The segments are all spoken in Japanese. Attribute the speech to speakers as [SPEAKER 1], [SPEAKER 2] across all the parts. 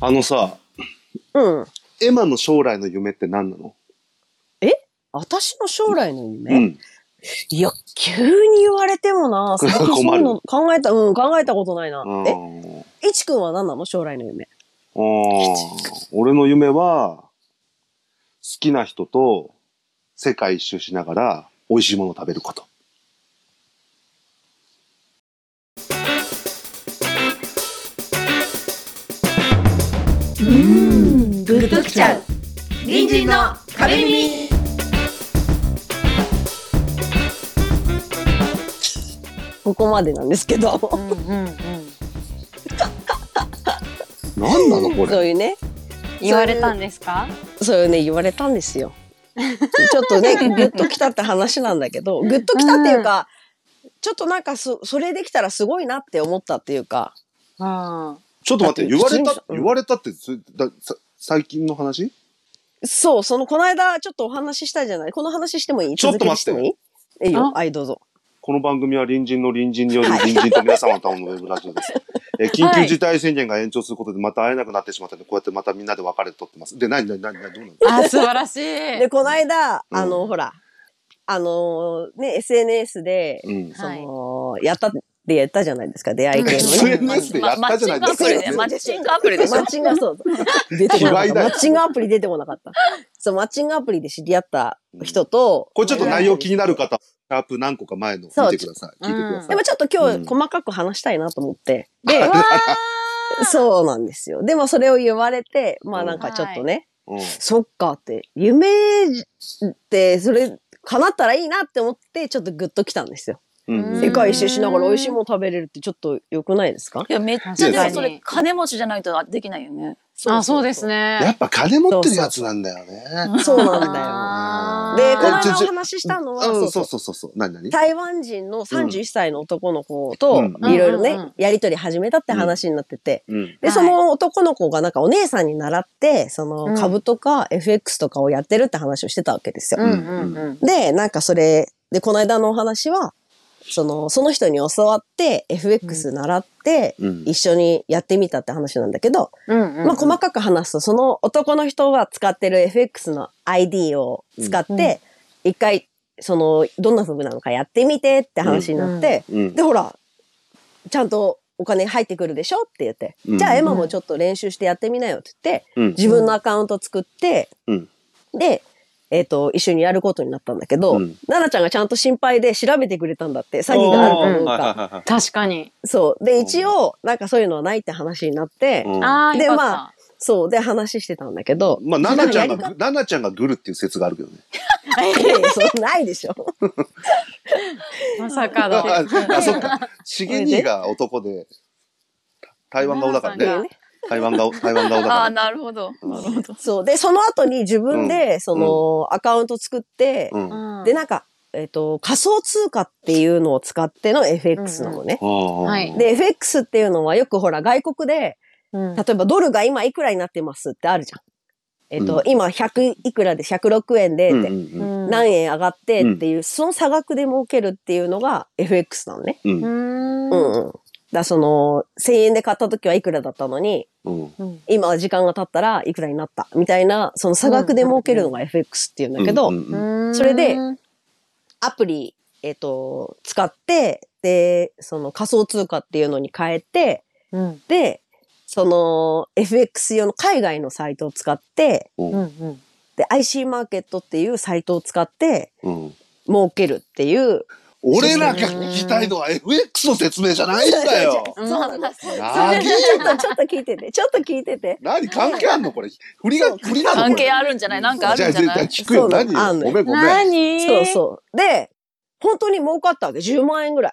[SPEAKER 1] あのさ、
[SPEAKER 2] うん。
[SPEAKER 1] エマの将来の夢って何なの
[SPEAKER 2] 私の将来の夢、
[SPEAKER 1] うん。
[SPEAKER 2] いや、急に言われてもな、最近
[SPEAKER 1] 困
[SPEAKER 2] そう
[SPEAKER 1] る
[SPEAKER 2] いうの考えた、うん、考えたことないな。
[SPEAKER 1] うん
[SPEAKER 2] え、いちくんは何なの将来の夢。
[SPEAKER 1] あー俺の夢は、好きな人と世界一周しながら美味しいものを食べること。
[SPEAKER 3] グッときちゃう隣人の壁耳
[SPEAKER 2] ここまでなんですけど。
[SPEAKER 3] うんうんうん
[SPEAKER 1] 何なのこ
[SPEAKER 2] そう
[SPEAKER 1] れ。
[SPEAKER 2] いうね、
[SPEAKER 3] 言われたんですか
[SPEAKER 2] そういうね、言われたんですよ。ちょっ とね、グッときたって話なんだけど、グッときたっていうか、ちょっとなんかそ、それできたらすごいなって思ったっていうか、
[SPEAKER 3] うん
[SPEAKER 1] ちょっと待って、言われ
[SPEAKER 2] だったて、
[SPEAKER 1] 言われたって、それださ最近の話
[SPEAKER 2] そう、その、この間ちょっとお話ししたじゃない。この話してもいい
[SPEAKER 1] ちょっと待って
[SPEAKER 2] 続けしてもいいいいよ
[SPEAKER 3] あ。
[SPEAKER 2] はい、どうぞ。
[SPEAKER 1] この番組は隣人の隣人 による隣人と皆様とのウェブラジオです。えー緊急事態宣言が延長することでまた会えなくなってしまったので、こうやってまたみんなで別れとってます。で、何、何、何、何、どうなの
[SPEAKER 3] あ素晴らしい
[SPEAKER 2] で、この間、
[SPEAKER 1] うん
[SPEAKER 2] あの、ほら、あのーね、SNS で、
[SPEAKER 1] うん。
[SPEAKER 2] そ
[SPEAKER 3] はい
[SPEAKER 2] の、やったってやったじゃないですか、出会い系のね。
[SPEAKER 1] SNS でやったじゃないですか
[SPEAKER 3] まマッチングアプリでマッチングアプリでしょ
[SPEAKER 2] マッチングアプリ、そうそう。出てこなか
[SPEAKER 1] 卑
[SPEAKER 2] っ
[SPEAKER 1] 猥
[SPEAKER 2] た。
[SPEAKER 1] だよ
[SPEAKER 2] マッチングアプリ出てこなかった。そう、マッチングアプリで知り合った人と、
[SPEAKER 1] これちょっと内容気になる方、シャープ何個か前の見てください。聞いてくださ
[SPEAKER 2] で
[SPEAKER 1] い
[SPEAKER 2] も。ちょっと今
[SPEAKER 1] う
[SPEAKER 2] 日
[SPEAKER 1] ん
[SPEAKER 2] 細かく話したいなと思って。で
[SPEAKER 3] わ、
[SPEAKER 2] そうなんですよ。でもそれを言われて、まあなんかちょっとね、
[SPEAKER 1] うん
[SPEAKER 2] そっかって、夢って、それ、叶ったらいいなって思って、ちょっとグッときたんですよ。
[SPEAKER 1] うん
[SPEAKER 2] 世界一周しながら美味しいもの食べれるってちょっと良くないですか
[SPEAKER 4] いやめっちゃでもそれ金持ちじゃないとできないよね。
[SPEAKER 3] あそうです
[SPEAKER 2] ね。
[SPEAKER 1] や
[SPEAKER 3] ね
[SPEAKER 1] っぱ金持ってるやつなんだよね。
[SPEAKER 2] そうなん
[SPEAKER 3] あ
[SPEAKER 2] だよ。
[SPEAKER 3] ー
[SPEAKER 2] で、この
[SPEAKER 1] えちょ
[SPEAKER 2] 間
[SPEAKER 1] ち
[SPEAKER 2] お
[SPEAKER 1] ょ
[SPEAKER 2] 話ししたのは、
[SPEAKER 1] う
[SPEAKER 2] そ
[SPEAKER 1] ん、そ
[SPEAKER 2] うそうう
[SPEAKER 1] そうそうそう。何何
[SPEAKER 2] 台湾人の31歳の男の子
[SPEAKER 1] う
[SPEAKER 2] と
[SPEAKER 1] ん、
[SPEAKER 2] いろいろ
[SPEAKER 3] うんうんう
[SPEAKER 2] ね
[SPEAKER 3] ん、
[SPEAKER 2] やりとり始めたって話になってて、
[SPEAKER 1] うん。
[SPEAKER 3] は
[SPEAKER 2] で、
[SPEAKER 3] い
[SPEAKER 2] その男の子がなんかお姉さんに習って、その株とか FX とかをやってるって話をしてたわけですよ。
[SPEAKER 3] うんうんうん
[SPEAKER 2] で、なんかそれ、で、この間のお話は、その、その人に教わって、FX 習って、
[SPEAKER 1] うん
[SPEAKER 2] 一緒にやってみたって話なんだけど、
[SPEAKER 3] うんうん
[SPEAKER 2] まあ、細かく話すと、その男の人は使ってる FX の ID を使っ
[SPEAKER 3] うん
[SPEAKER 2] て、一回、その、どんな風なのかやってみてって話になって、
[SPEAKER 1] うん
[SPEAKER 2] で、ほら、ちゃんとお金入ってくるでしょって言って、
[SPEAKER 1] うん
[SPEAKER 2] じゃあエマもちょっと練習してやってみなよって言って、
[SPEAKER 1] うん
[SPEAKER 2] 自分のアカウント作って、
[SPEAKER 1] うん
[SPEAKER 2] で、えっ、と、一緒にやることになったんだけど、
[SPEAKER 1] うん
[SPEAKER 2] 奈々ちゃんがちゃんと心配で調べてくれたんだって、詐欺があるかどう
[SPEAKER 1] はい
[SPEAKER 2] か。
[SPEAKER 1] はいはい
[SPEAKER 3] 確かに
[SPEAKER 2] そう。で、一応、なんかそういうのはないって話になって、
[SPEAKER 1] うん
[SPEAKER 3] あー
[SPEAKER 2] で
[SPEAKER 3] よかった
[SPEAKER 2] まそう、で話してたんだけど、
[SPEAKER 1] まあ、ナナちゃんが、
[SPEAKER 2] なんかやり
[SPEAKER 1] ナナちゃんがグルっていう説があるけどね。
[SPEAKER 2] 方そうないでしょ。
[SPEAKER 3] まさかの
[SPEAKER 1] あ、あそっか。シゲニーが男で、台湾顔だから
[SPEAKER 3] ナナさん
[SPEAKER 1] ね。台湾顔、台湾顔だ
[SPEAKER 4] ああ
[SPEAKER 1] から。
[SPEAKER 4] ーなるほど。なるほど。
[SPEAKER 2] そう。で、その後に自分で、その、アカウント作って、
[SPEAKER 1] うん。
[SPEAKER 3] う
[SPEAKER 1] あ
[SPEAKER 3] ん
[SPEAKER 2] で、なんか、えっ、と、仮想通貨っていうのを使っての FX なのね。
[SPEAKER 1] ー
[SPEAKER 3] はい
[SPEAKER 2] で、FX っていうのはよくほら、外国で、
[SPEAKER 3] うん
[SPEAKER 2] 例えばドルが今いくらになってますってあるじゃん。えっ、と、
[SPEAKER 1] うん
[SPEAKER 2] 今100いくらで106円で、
[SPEAKER 1] う
[SPEAKER 2] っ
[SPEAKER 1] んう
[SPEAKER 2] て
[SPEAKER 1] ん
[SPEAKER 3] うん
[SPEAKER 2] 何円上がってっていう、その差額で儲けるっていうのが FX なのね。
[SPEAKER 1] うん
[SPEAKER 3] う
[SPEAKER 2] うんんうん。だからその、1000円で買った時はいくらだったのに、
[SPEAKER 1] うんうん。
[SPEAKER 2] 今は時間が経ったらいくらになった、みたいな、その差額で儲けるのが FX っていうんだけ
[SPEAKER 1] う
[SPEAKER 2] ど、
[SPEAKER 1] んうん
[SPEAKER 3] うん
[SPEAKER 2] それで
[SPEAKER 3] うん
[SPEAKER 2] アプリ、えっ、と、使って、で、その仮想通貨っていうのに変えて、
[SPEAKER 3] うん
[SPEAKER 2] で、その FX 用の海外のサイトを使って、
[SPEAKER 3] うん
[SPEAKER 2] で、IC マーケットっていうサイトを使って、
[SPEAKER 1] うん
[SPEAKER 2] 儲けるっていう。
[SPEAKER 1] 俺らが聞きたいのは FX の説明じゃないんだよ。
[SPEAKER 2] そうなんだ。ちょ
[SPEAKER 1] なげえ
[SPEAKER 2] っと、ちょっと聞いてて、ちょっと聞いてて。
[SPEAKER 1] 何関係あんのこれ。振りが、振りなのこれ
[SPEAKER 4] 関係あるんじゃないなんかあるんじゃない
[SPEAKER 1] 聞くよ。
[SPEAKER 2] そうな
[SPEAKER 1] 何
[SPEAKER 2] の
[SPEAKER 1] よ
[SPEAKER 2] あんの
[SPEAKER 1] ご
[SPEAKER 2] よ
[SPEAKER 1] めんごめん。あら。
[SPEAKER 3] 何
[SPEAKER 2] そうそう。で、本当に儲かったわけ。10万円ぐらい。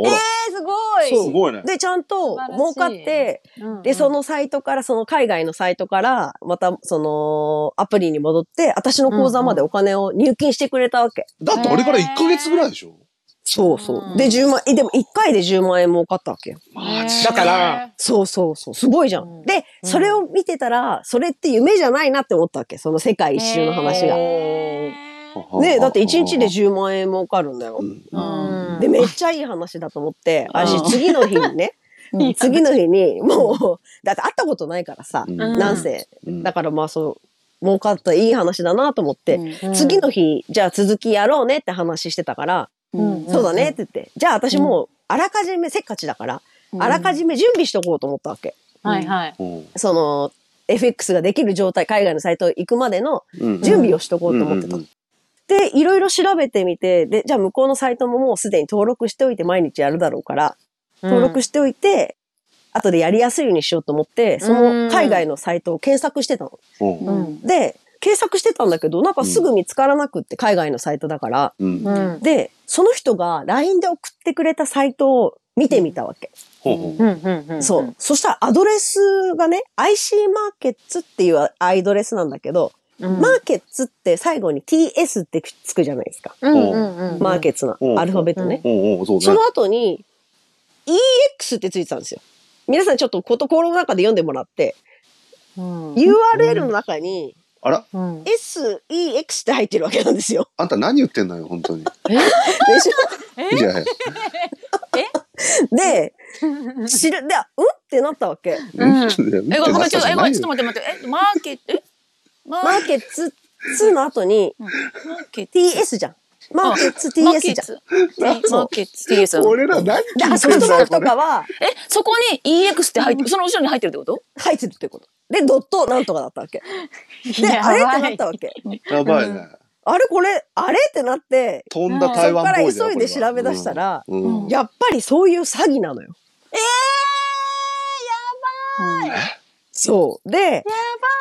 [SPEAKER 3] えーすごい
[SPEAKER 2] そう
[SPEAKER 1] すごいね。
[SPEAKER 2] で、ちゃん
[SPEAKER 3] 素
[SPEAKER 2] と
[SPEAKER 3] 晴らしい
[SPEAKER 2] 儲かって、で、そ、のサイトから、その海外のサイトから、また、その、アプリに戻って、私の口座までお金を入金してくれたわけ。
[SPEAKER 1] だってあれから1ヶ月ぐらいでしょ
[SPEAKER 2] そうそう。で、10万、えでも1回で10万円儲かったわけよ。
[SPEAKER 1] マ
[SPEAKER 3] ジ
[SPEAKER 2] だから、そうそうそう、すごいじゃん。
[SPEAKER 3] うん
[SPEAKER 2] で、それを見てたら、それって夢じゃないなって思ったわけ、その世界一周の話が。ねだって1日で10万円儲かるんだよ。
[SPEAKER 1] うん
[SPEAKER 4] うん
[SPEAKER 2] で、めっちゃいい話だと思って、
[SPEAKER 4] うん
[SPEAKER 2] 私次の日にね、
[SPEAKER 4] うん
[SPEAKER 2] 次の日に、もう、だって会ったことないからさ、
[SPEAKER 1] うん
[SPEAKER 3] うん
[SPEAKER 2] なんせ。
[SPEAKER 1] うん
[SPEAKER 2] だからまあそう、儲かった、いい話だなと思って、
[SPEAKER 3] うん
[SPEAKER 2] 次の日、じゃあ続きやろうねって話してたから、
[SPEAKER 4] うん
[SPEAKER 2] そうだねって言って、じゃあ私もう、あらかじめせっかちだから、あらかじめ準備しとこうと思ったわけ。
[SPEAKER 3] はいはい。
[SPEAKER 1] うん
[SPEAKER 2] その、FX ができる状態、海外のサイト行くまでの
[SPEAKER 1] うん
[SPEAKER 2] 準備をしとこうと思ってた
[SPEAKER 1] うん。
[SPEAKER 2] で、いろいろ調べてみて、で、じゃあ向こうのサイトももうすでに登録しておいて毎日やるだろうから、登録しておいて、後でやりやすいようにしようと思って、その海外のサイトを検索してたの。
[SPEAKER 1] うん
[SPEAKER 4] うん
[SPEAKER 2] で、検索してたんだけど、なんかすぐ見つからなくって、海外のサイトだから。
[SPEAKER 1] うん
[SPEAKER 3] う
[SPEAKER 1] うん
[SPEAKER 3] ん。
[SPEAKER 2] で、その人が LINE で送ってくれたサイトを見てみたわけ。
[SPEAKER 1] ほうほ
[SPEAKER 3] うんうんうん。
[SPEAKER 2] そう。。そしたらアドレスがね、IC マーケッツっていうアイドレスなんだけど、
[SPEAKER 3] うん
[SPEAKER 2] マーケッツって最後に TS ってつくじゃないですか。
[SPEAKER 3] うんうんうん。
[SPEAKER 2] マーケッツの
[SPEAKER 1] うん
[SPEAKER 2] アルファベットね。
[SPEAKER 1] うおうおうそうね
[SPEAKER 2] その後に EX ってついてたんですよ。皆さんちょっと心の中で読んでもらって、
[SPEAKER 3] うん。
[SPEAKER 2] URL の中に
[SPEAKER 1] あら
[SPEAKER 2] SEX って入ってるわけなんですよ。
[SPEAKER 1] あんた何言ってんのよ本当に
[SPEAKER 2] でしょ
[SPEAKER 1] いやいや
[SPEAKER 2] で、知る、で、うんってなったわけ。
[SPEAKER 3] うん
[SPEAKER 4] え、ごめん、ごめんちょっと、え、ごめん、ちょっ
[SPEAKER 1] っ
[SPEAKER 4] と待って、待って、え、マーケット、え、マ
[SPEAKER 2] マ
[SPEAKER 4] ー
[SPEAKER 2] ーケッツ2の後に
[SPEAKER 4] ケット、
[SPEAKER 2] TS じゃん。マーケッツ TS じゃん。
[SPEAKER 4] マーケットマーケット、TS。
[SPEAKER 1] 俺ら何
[SPEAKER 2] で、
[SPEAKER 1] 言
[SPEAKER 2] あ
[SPEAKER 1] って
[SPEAKER 2] ソ
[SPEAKER 1] ん
[SPEAKER 2] フ
[SPEAKER 1] だ
[SPEAKER 2] トバン
[SPEAKER 1] よ
[SPEAKER 2] クと
[SPEAKER 1] これ
[SPEAKER 2] かは
[SPEAKER 4] え、そこに EX って入って、その後ろに入ってるってこと
[SPEAKER 2] 入ってるってこと。で、ドットなんとかだったわけ。で、
[SPEAKER 3] や
[SPEAKER 2] あ
[SPEAKER 3] ば
[SPEAKER 2] れ
[SPEAKER 3] い
[SPEAKER 2] ってなったわけ。
[SPEAKER 1] やばいね
[SPEAKER 2] あれこれ、あれってなって、
[SPEAKER 1] 飛んだ台湾ボーイだよ
[SPEAKER 2] そっから急いで調べ出したら
[SPEAKER 1] これはうん
[SPEAKER 4] うん
[SPEAKER 2] やっぱりそういう詐欺なのよ。そう。で、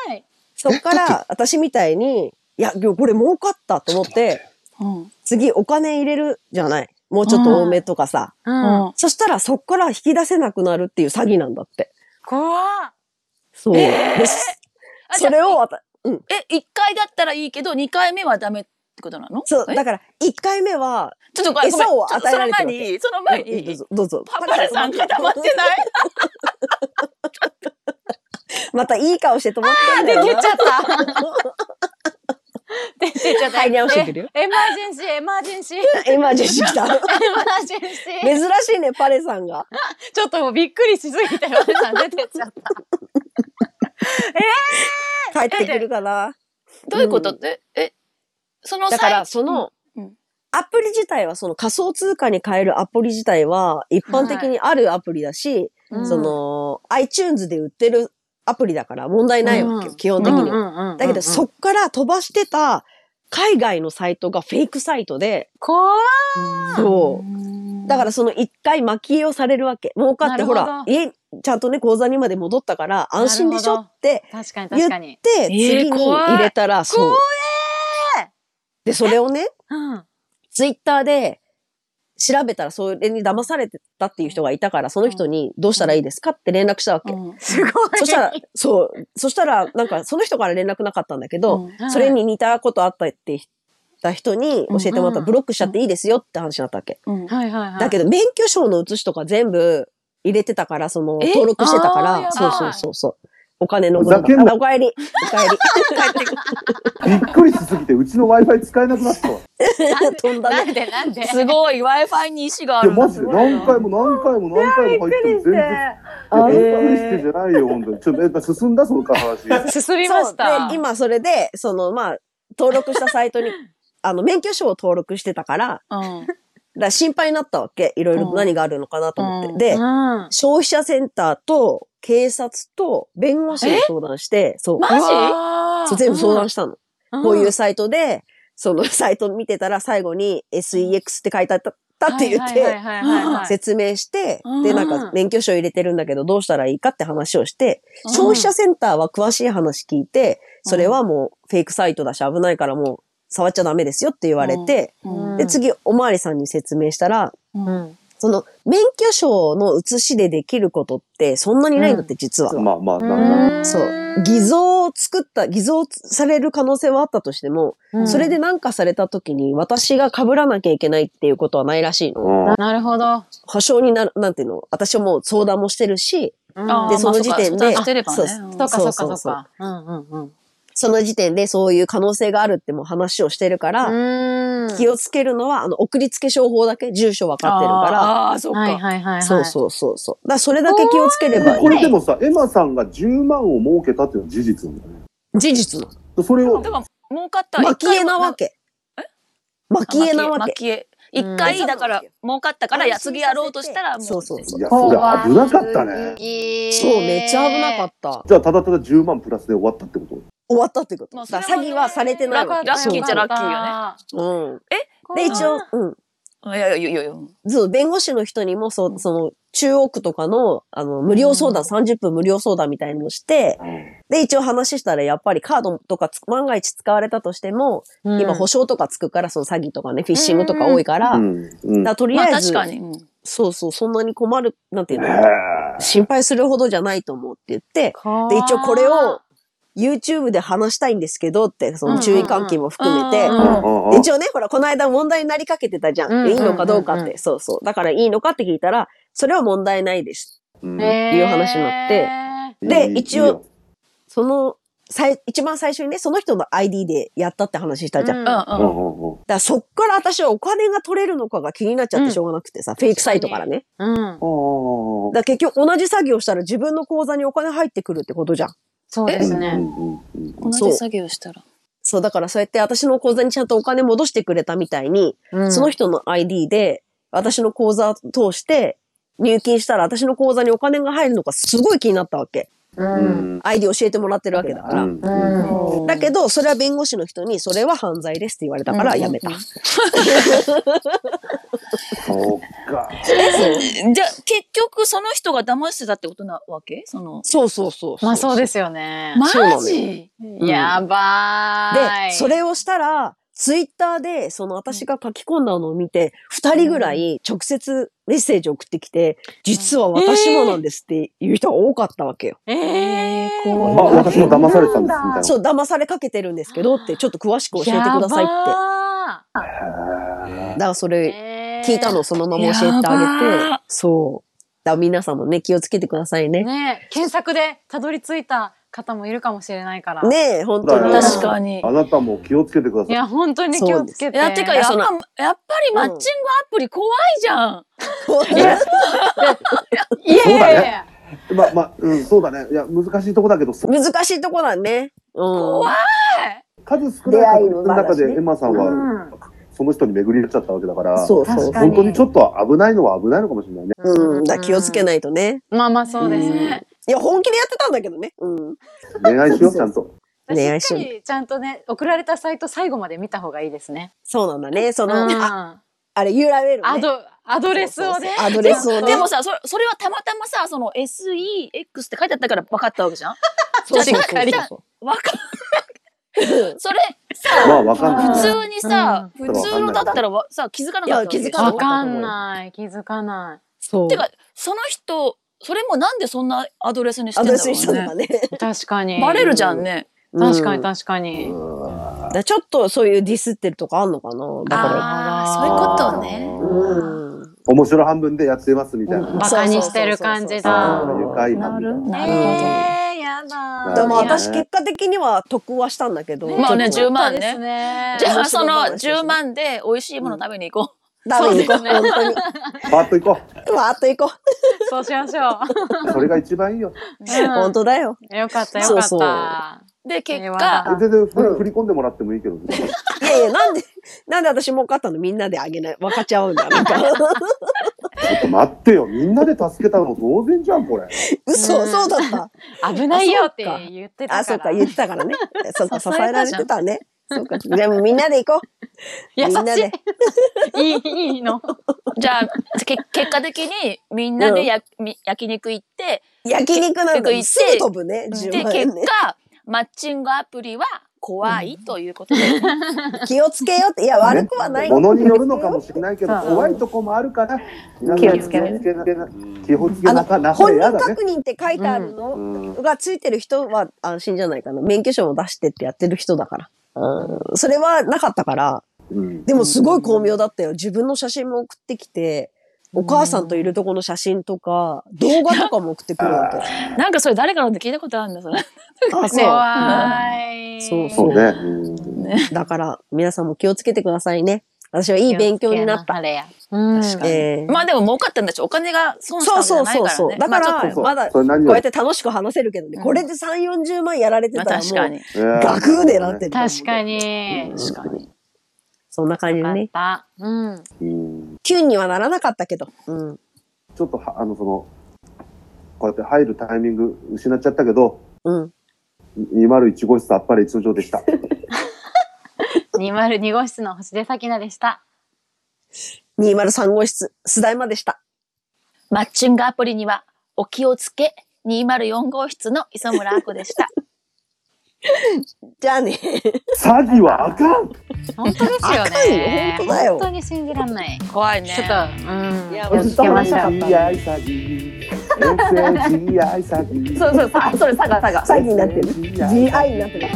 [SPEAKER 3] ばい
[SPEAKER 2] そっか
[SPEAKER 1] えだ
[SPEAKER 2] ら私みたいに、いや、でもこれ儲かったと思って、
[SPEAKER 4] うん。
[SPEAKER 2] 次お金入れるじゃない。もうちょっと多めとかさ。
[SPEAKER 3] うん。
[SPEAKER 2] そしたらそっから引き出せなくなるっていう詐欺なんだって。
[SPEAKER 3] 怖っ
[SPEAKER 2] そう。
[SPEAKER 4] えー
[SPEAKER 2] です
[SPEAKER 4] あじゃ
[SPEAKER 2] そ
[SPEAKER 4] あ
[SPEAKER 2] れをわた、
[SPEAKER 4] え、一回だったらいいけど、二回目はダメってことなの
[SPEAKER 2] そう、
[SPEAKER 4] え
[SPEAKER 2] だから、1回目は、
[SPEAKER 4] ちょっとごめん、ごめん
[SPEAKER 2] 餌を与えられて
[SPEAKER 4] ちょっとその前
[SPEAKER 2] るわけう
[SPEAKER 4] に、その前
[SPEAKER 2] んどう
[SPEAKER 4] に、
[SPEAKER 2] ぞ、どうぞ。
[SPEAKER 4] パパラさん固まって ない
[SPEAKER 2] またいい顔して止まってんだよな。
[SPEAKER 3] 出ち ゃった。出ちゃった。
[SPEAKER 2] 入り直してくるよ
[SPEAKER 3] えエマージェンシー、エマージェンシー。エ
[SPEAKER 2] 今、ジェシー来た。
[SPEAKER 3] マージェンシー。
[SPEAKER 2] 珍しいね、パレさんが。
[SPEAKER 3] ちょっともうびっくりしすぎたよ。エマさん出てっちゃった。
[SPEAKER 2] 帰ってくるかな。
[SPEAKER 4] どういうことって、え、その
[SPEAKER 2] だから、その
[SPEAKER 4] うんうん、
[SPEAKER 2] アプリ自体は、その仮想通貨に変えるアプリ自体は、一般的にあるアプリだし、
[SPEAKER 3] はい
[SPEAKER 2] その、iTunes で売ってるアプリだから問題ないわけよ、
[SPEAKER 3] うん
[SPEAKER 2] 基本的には。
[SPEAKER 3] は
[SPEAKER 2] だけど、そ
[SPEAKER 3] っ
[SPEAKER 2] っから飛ばしてた、海外のサイトがフェイクサイトで、
[SPEAKER 3] 怖っ
[SPEAKER 2] そうだからその一回巻き絵をされるわけ。儲かっ
[SPEAKER 3] な
[SPEAKER 2] て
[SPEAKER 3] る
[SPEAKER 2] ほ
[SPEAKER 3] ほど
[SPEAKER 2] ら、家、ちゃんとね、口座にまで戻ったから安心でしょって
[SPEAKER 3] 確かに
[SPEAKER 2] 言
[SPEAKER 3] 確
[SPEAKER 2] っ
[SPEAKER 3] かに。
[SPEAKER 2] て、
[SPEAKER 4] えー
[SPEAKER 2] 次に
[SPEAKER 4] 怖い
[SPEAKER 2] 入れたら、そう。で、それをね、
[SPEAKER 3] うん。
[SPEAKER 2] ツイッターで調べたらそれに騙されてたっていう人がいたから、その人にどうしたらいいですかって連絡したわけ。
[SPEAKER 3] すごい。
[SPEAKER 2] そしたら、そう、そしたら、なんかその人から連絡なかったんだけど、それに似たことあったって言った人に教えてもらった
[SPEAKER 3] うん
[SPEAKER 2] らブロックしちゃっていいですよって話になったわけ。
[SPEAKER 4] うん、うん
[SPEAKER 3] はいはいはい。
[SPEAKER 2] だけ
[SPEAKER 3] ど、
[SPEAKER 2] ど免許証の写しとか全部入れてたから、その
[SPEAKER 4] え
[SPEAKER 2] 登録してたか
[SPEAKER 3] あーや
[SPEAKER 2] ら、そ
[SPEAKER 3] ば
[SPEAKER 2] う
[SPEAKER 3] い
[SPEAKER 2] そうそうそう。お金の
[SPEAKER 5] ふざけんな
[SPEAKER 2] あおかえり。おかえり。
[SPEAKER 5] びっくりしすぎて、うちの Wi-Fi 使えなくなったわ。
[SPEAKER 2] 飛んだ
[SPEAKER 3] な
[SPEAKER 2] ね。
[SPEAKER 3] んでなんで。
[SPEAKER 4] すごい、Wi-Fi に石があ
[SPEAKER 5] いや、
[SPEAKER 4] る。
[SPEAKER 5] マジで何回も何回も何回も入っても全然。いや、びっくりしてじゃないよ、本当に。ちょっと、え、進んだその話。
[SPEAKER 3] 進みま
[SPEAKER 2] そう
[SPEAKER 3] し
[SPEAKER 2] で
[SPEAKER 3] た。、
[SPEAKER 2] 今それで、そのまあ、登録したサイ トに、あの、免許証を登録してたから、だか
[SPEAKER 4] うん、
[SPEAKER 2] ら心配になったわけ。いろいろ何があるのかなと思って。
[SPEAKER 4] うん
[SPEAKER 2] で、
[SPEAKER 3] うん。
[SPEAKER 2] 消費者センターと警察と弁護士に相談して、そう。
[SPEAKER 4] マジ
[SPEAKER 2] そう全部相談したの。
[SPEAKER 3] うん
[SPEAKER 2] こういうサイトで、そのサイト見てたら最後に SEX って書いてあったったって言っ
[SPEAKER 3] はいはい
[SPEAKER 2] て、
[SPEAKER 3] はいはいはい
[SPEAKER 2] 説明して
[SPEAKER 4] う、ん
[SPEAKER 2] で、なんか免許証入れてるんだけどどうしたらいいかって話をして、消費者センターは詳しい話聞いて、それはもうフェイクサイトだし危ないからもう触っちゃダメですよって言われて、
[SPEAKER 4] うん
[SPEAKER 2] で、次おまわりさんに説明したら、
[SPEAKER 3] うん
[SPEAKER 2] その免許証の写しでできることってそんなにないんだって実は。
[SPEAKER 5] まあまあ、
[SPEAKER 3] うん
[SPEAKER 5] なんだ。
[SPEAKER 2] そう。偽造を作った、偽造される可能性はあったとしても、
[SPEAKER 3] うん
[SPEAKER 2] それで何かされた時に私が被らなきゃいけないっていうことはないらしいの。
[SPEAKER 5] うん。
[SPEAKER 3] なるほど。
[SPEAKER 2] 保証になる、なんていうの私はもう相談もしてるし、
[SPEAKER 4] あー
[SPEAKER 2] でその時点で
[SPEAKER 4] まあそうか相談してれば
[SPEAKER 2] そう
[SPEAKER 4] ねうん
[SPEAKER 3] そうかそうか
[SPEAKER 2] そ
[SPEAKER 3] そう
[SPEAKER 2] そ
[SPEAKER 3] う
[SPEAKER 2] うそう
[SPEAKER 3] か。うんうんうん。
[SPEAKER 2] その時点でそういう可能性があるってもう話をしてるから、
[SPEAKER 3] う
[SPEAKER 6] うん
[SPEAKER 2] 気をつけるのは、あの、送りつけ商法だけ、住所わかってるから。
[SPEAKER 4] あーあー、そっか。
[SPEAKER 6] はいはいはいはい。
[SPEAKER 2] そうそうそうそう。だからそれだけ気をつければいい
[SPEAKER 5] これでもさ、エマさんが10万を儲けたっていうのは事実なんだよね。
[SPEAKER 2] 事実の。
[SPEAKER 5] それを
[SPEAKER 4] だ、から、儲かった。
[SPEAKER 2] 巻き絵なわけ。巻き絵なわけ。
[SPEAKER 4] 巻き絵。
[SPEAKER 6] うん
[SPEAKER 4] 一回、だから、儲かったから、や
[SPEAKER 2] 安
[SPEAKER 4] 次
[SPEAKER 2] 心
[SPEAKER 4] やろうとしたら、も
[SPEAKER 2] そうそうそ。
[SPEAKER 5] いうや、それ危なかったね。
[SPEAKER 6] そ
[SPEAKER 2] そう、めっちゃ危なか
[SPEAKER 6] っ
[SPEAKER 2] った。
[SPEAKER 5] じゃあ、ただただ10万プラスで終わったってこと
[SPEAKER 2] 終わったってこと。
[SPEAKER 4] まあ
[SPEAKER 2] だ
[SPEAKER 4] そ
[SPEAKER 2] か
[SPEAKER 4] れ
[SPEAKER 2] ら詐欺
[SPEAKER 4] もね
[SPEAKER 2] はされてないわけ。
[SPEAKER 4] ラッキーっちゃラッキー
[SPEAKER 2] うん。
[SPEAKER 6] た
[SPEAKER 2] で、一応、うん。
[SPEAKER 4] う。いやいやいやいや。
[SPEAKER 2] そう、弁護士の人にも、そう、その、中央区とかの、あの、無料相談、30分無料相談みたいのをして、で、一応話したら、やっぱりカードとかつ、万が一使われたとしても、今保証とかつくから、その詐欺とかね、フィッシングとか多いから、だ
[SPEAKER 5] ん。うん。
[SPEAKER 2] からとり
[SPEAKER 4] まあ
[SPEAKER 2] あえ
[SPEAKER 4] 確
[SPEAKER 2] ず、
[SPEAKER 4] かに。うん
[SPEAKER 2] そうそう、そんなに困る、なんていう
[SPEAKER 5] ね
[SPEAKER 2] の、心配するほどじゃないと思うって言って、で、一応これを、YouTube で話したいんですけどって、その注意喚起も含めて、
[SPEAKER 4] うんうんうん
[SPEAKER 5] え。うん
[SPEAKER 2] で一応ね、ほら、この間問題になりかけてたじゃん。
[SPEAKER 6] うん
[SPEAKER 2] いいのかどうかって、
[SPEAKER 6] うんうんう
[SPEAKER 2] そうそう。だからいいのかって聞いたら、それは問題ないです。
[SPEAKER 5] うん
[SPEAKER 6] い
[SPEAKER 2] いう話になってで一応、その、さい一番最初にね、その人の ID でやったって話したじゃん。だ
[SPEAKER 6] う
[SPEAKER 4] う
[SPEAKER 6] んん
[SPEAKER 5] うんう
[SPEAKER 4] うん。
[SPEAKER 5] んうん
[SPEAKER 2] からそっから私はお金が取れるのかが気になっちゃってしょうがなくてさ、フェイクサイトからね。
[SPEAKER 6] うん。
[SPEAKER 5] うん。
[SPEAKER 2] だから結局同じ作業したら自分の口座にお金入ってくるってことじゃん。
[SPEAKER 6] そうですね。
[SPEAKER 4] 同じ作業したら。
[SPEAKER 2] そう、だからそうやって私の口座にちゃんとお金戻してくれたみたいに、その
[SPEAKER 6] 人、
[SPEAKER 2] 人の ID で、私の口座を通して、入金したら私の口座にお金が入るのがすごい気になったわけ。
[SPEAKER 6] うん。
[SPEAKER 2] ID 教えてもらってるわけだから。
[SPEAKER 6] うん。
[SPEAKER 2] だけど、それは弁護士の人に、それは犯罪ですって言われたから、やめた。
[SPEAKER 5] そうか。
[SPEAKER 4] じゃあ、結局、その人が騙してたってことなわけその。
[SPEAKER 2] そうそうそう。
[SPEAKER 6] まあそうですよね。
[SPEAKER 4] マ
[SPEAKER 2] そうなの
[SPEAKER 4] ジ
[SPEAKER 6] やばーい。
[SPEAKER 2] で、それをしたら、ツイッターで、その私が書き込んだのを見て、二人ぐらい直接メッセージを送ってきて、実は私もなんですっていう人が多かったわけよ。
[SPEAKER 6] ええー、
[SPEAKER 5] あ、
[SPEAKER 6] こ
[SPEAKER 5] 私も騙されてたんです、みたいな。
[SPEAKER 2] そう、騙されかけてるんですけどって、ちょっと詳しく教えてくださいって。だからそれ、
[SPEAKER 6] て
[SPEAKER 2] 聞いたのをそのまま教えて
[SPEAKER 4] や
[SPEAKER 2] あげ
[SPEAKER 4] ば
[SPEAKER 2] て、そう。だから皆さんもね、気をつけてくださいね。
[SPEAKER 6] ね検索でたどり着いた方もいるかもしれないから。
[SPEAKER 2] ねえ、本当に。
[SPEAKER 5] だよね
[SPEAKER 4] 確かに。
[SPEAKER 5] あなたも気をつけてくだ
[SPEAKER 6] い
[SPEAKER 5] さい。
[SPEAKER 6] や、本当に気をつけ
[SPEAKER 4] い
[SPEAKER 6] て。
[SPEAKER 4] や、てか、やっ
[SPEAKER 2] その
[SPEAKER 4] ぱ、やっぱりマッチングアプリ怖いじゃん。
[SPEAKER 6] いやいやいやいや。
[SPEAKER 5] まあまあ、うん、そうだね。いや、難しいとこだけど、
[SPEAKER 2] 難しいとこだね。うん。
[SPEAKER 5] 数少ない確率の中でエマさんは、その人に巡り合っちゃったわけだから、
[SPEAKER 2] そうそう
[SPEAKER 6] 確
[SPEAKER 2] そう。
[SPEAKER 6] か
[SPEAKER 5] 本
[SPEAKER 6] に。
[SPEAKER 5] 当にちょっと危ないのは危ないのかもしれないね。
[SPEAKER 2] うん。だから気をつけないとね。
[SPEAKER 6] まあまあそうですね。
[SPEAKER 2] いや、本気でやってたんだけどね。うん。
[SPEAKER 5] 恋愛しよう、ちゃんと。
[SPEAKER 2] 恋愛
[SPEAKER 6] し
[SPEAKER 2] し
[SPEAKER 6] っ
[SPEAKER 2] よ
[SPEAKER 6] か
[SPEAKER 2] う
[SPEAKER 6] りちゃんとね、送られたサイト最後まで見た方がいいですね。
[SPEAKER 2] そうなんだね。そ
[SPEAKER 6] うん。
[SPEAKER 2] の、あ
[SPEAKER 6] ア
[SPEAKER 2] あれ、URL ね。
[SPEAKER 6] ド、アドレスをね。
[SPEAKER 2] アドレスをね。
[SPEAKER 4] でもさ、それそれはたまたまさ、その SEX って書いてあったから分かったわけじゃん
[SPEAKER 2] そうそうそう、
[SPEAKER 4] じゃあじゃあ分かそれ、
[SPEAKER 5] まあ、わかんない。
[SPEAKER 4] 普通にさ、
[SPEAKER 5] ん
[SPEAKER 4] 普通のだったらわさ、気づかなかったわけ
[SPEAKER 2] いや気づかな
[SPEAKER 6] わ
[SPEAKER 2] い
[SPEAKER 6] かんない。気づかな
[SPEAKER 2] そう。
[SPEAKER 4] てか、その人、それもなんでそんなアドレスにして
[SPEAKER 2] ア
[SPEAKER 4] ん
[SPEAKER 2] ド
[SPEAKER 4] だ
[SPEAKER 2] レスにした
[SPEAKER 4] ろ
[SPEAKER 2] ん
[SPEAKER 4] う
[SPEAKER 2] だ
[SPEAKER 4] ね。
[SPEAKER 2] ね。
[SPEAKER 6] い。確かに。
[SPEAKER 4] バレるじゃんね。
[SPEAKER 6] 確かに
[SPEAKER 2] うん
[SPEAKER 6] 確かに。
[SPEAKER 2] だからちょっとそういうディスってるとかあんのかなだか
[SPEAKER 4] あーそういう
[SPEAKER 2] ら。うん。
[SPEAKER 5] 面白半分でやってますみたいな。
[SPEAKER 6] バカにしてる感じだ。
[SPEAKER 5] 愉快犯みたい
[SPEAKER 4] な
[SPEAKER 5] な。
[SPEAKER 4] るほど。
[SPEAKER 6] ええ、やだ。
[SPEAKER 2] でも
[SPEAKER 5] まあ
[SPEAKER 2] 私結果的には得はしたんだけど。
[SPEAKER 4] まあね
[SPEAKER 2] ちょっ
[SPEAKER 4] 10万ね
[SPEAKER 6] そうですね
[SPEAKER 4] じゃ
[SPEAKER 2] 面
[SPEAKER 4] あ、そ
[SPEAKER 2] 白い
[SPEAKER 4] の
[SPEAKER 2] 話ですね
[SPEAKER 4] 10万で美味しいもの食べに行こ
[SPEAKER 2] とダメに行こう。本当に。
[SPEAKER 5] パッと行こ
[SPEAKER 2] わーっと行こ
[SPEAKER 6] そうしましょう。
[SPEAKER 5] う。それが一番いいよ。
[SPEAKER 2] う。 本当だよ。
[SPEAKER 6] うんよかった、よ
[SPEAKER 2] そう
[SPEAKER 6] かっ
[SPEAKER 2] そう
[SPEAKER 6] た。
[SPEAKER 4] う。で、結
[SPEAKER 6] 平和
[SPEAKER 4] 果、
[SPEAKER 6] だ
[SPEAKER 5] 全然振り込んでもらってもいいけどね。
[SPEAKER 2] いやいや、なんで、 なんで私儲かったのみんなであげない、分かち合うんだ。なんか
[SPEAKER 5] ちょっと待ってよ。みんなで助けたの当然じゃん、これ。
[SPEAKER 2] 嘘、そうだった。
[SPEAKER 6] 危ないよって言って
[SPEAKER 2] あ、
[SPEAKER 6] た
[SPEAKER 2] そ
[SPEAKER 6] か。
[SPEAKER 2] うから言ってたからね。そうか、
[SPEAKER 4] 支
[SPEAKER 2] 支
[SPEAKER 4] えたじゃん
[SPEAKER 2] えられてたね。そうか、じゃあもうみんなで行こう。
[SPEAKER 6] 優
[SPEAKER 2] みんな
[SPEAKER 6] し
[SPEAKER 2] で。
[SPEAKER 6] い。い い、いいの。
[SPEAKER 4] じゃあ、け結果的にみんなでや、み焼肉行って、
[SPEAKER 2] 焼肉なん
[SPEAKER 4] 結局行って
[SPEAKER 2] かすぐ飛ぶね、
[SPEAKER 4] で、
[SPEAKER 2] 10万円
[SPEAKER 4] 結
[SPEAKER 2] ね。
[SPEAKER 4] 果、マッチングアプリは怖いということで。
[SPEAKER 2] 気をつけようって、いや、悪くはない。
[SPEAKER 5] ものによるのかもしれないけど、
[SPEAKER 6] そう
[SPEAKER 5] 怖いとこもあるから、皆さん
[SPEAKER 6] 気をつけ
[SPEAKER 5] 気をつけな気をつけなかな
[SPEAKER 2] 本人
[SPEAKER 5] やだね
[SPEAKER 2] 確。認って書いてあるの
[SPEAKER 5] うん
[SPEAKER 2] がついてる人は安心じゃないかな。免許証も出してってやってる人だから。うん、それはなかったから、
[SPEAKER 5] うん
[SPEAKER 2] でもすごい巧妙だったよ。自分の写真も送ってきて、お母さんといるとこの写真とか、動画とかも送ってくる わけ。
[SPEAKER 4] なんかそれ誰からって聞いたことあるんだ、それ。
[SPEAKER 2] あ、そう。
[SPEAKER 6] 怖い。
[SPEAKER 2] そう
[SPEAKER 5] そうね。
[SPEAKER 2] だから、皆さんも気をつけてくださいね。私はいい勉強になった。
[SPEAKER 4] あれや。
[SPEAKER 6] うん
[SPEAKER 4] 確かに
[SPEAKER 2] えー
[SPEAKER 4] まあでも儲かったんだし、お金が損したんじゃないからね。
[SPEAKER 2] そうそうそうそうだから
[SPEAKER 4] まあちょっと
[SPEAKER 5] そうそう
[SPEAKER 2] まだ
[SPEAKER 5] それ何
[SPEAKER 2] こう
[SPEAKER 5] よ
[SPEAKER 2] やっ
[SPEAKER 5] り
[SPEAKER 2] て楽しく話せるけどね、
[SPEAKER 4] うん
[SPEAKER 2] これで3、40万やられて
[SPEAKER 4] まあ
[SPEAKER 2] たらも
[SPEAKER 4] 確か
[SPEAKER 2] う、
[SPEAKER 4] に。
[SPEAKER 2] ガクーでなってると思う。
[SPEAKER 6] 確かに。
[SPEAKER 4] 確かに。
[SPEAKER 2] そんな感じで
[SPEAKER 6] よ
[SPEAKER 2] ね。
[SPEAKER 6] かった。うん。
[SPEAKER 5] うん
[SPEAKER 2] キュンにはならなかったけど。うん。
[SPEAKER 5] ちょっとは、あの、その、こうやって入るタイミング失っちゃったけど、
[SPEAKER 2] うん。
[SPEAKER 5] 201号室あっぱれ通常でした。
[SPEAKER 6] 202号室の星出咲菜でした。
[SPEAKER 2] 203号室、須大までした。
[SPEAKER 4] マッチングアプリにはお気をつけ204号室の磯村あこ でした。
[SPEAKER 2] じゃあね。
[SPEAKER 5] 詐欺はあかん
[SPEAKER 6] 本当ですよ ね。
[SPEAKER 2] 赤いよ本当だよ
[SPEAKER 6] 本当に信じらんない。
[SPEAKER 4] 怖いね。
[SPEAKER 6] ちょっと、うん。
[SPEAKER 2] いや
[SPEAKER 6] 気をつけましょう。
[SPEAKER 5] SGI 詐欺。SGI 詐欺。
[SPEAKER 2] うそう、それ、佐賀、佐賀。詐欺になってる。
[SPEAKER 5] SGI
[SPEAKER 2] GI になってる。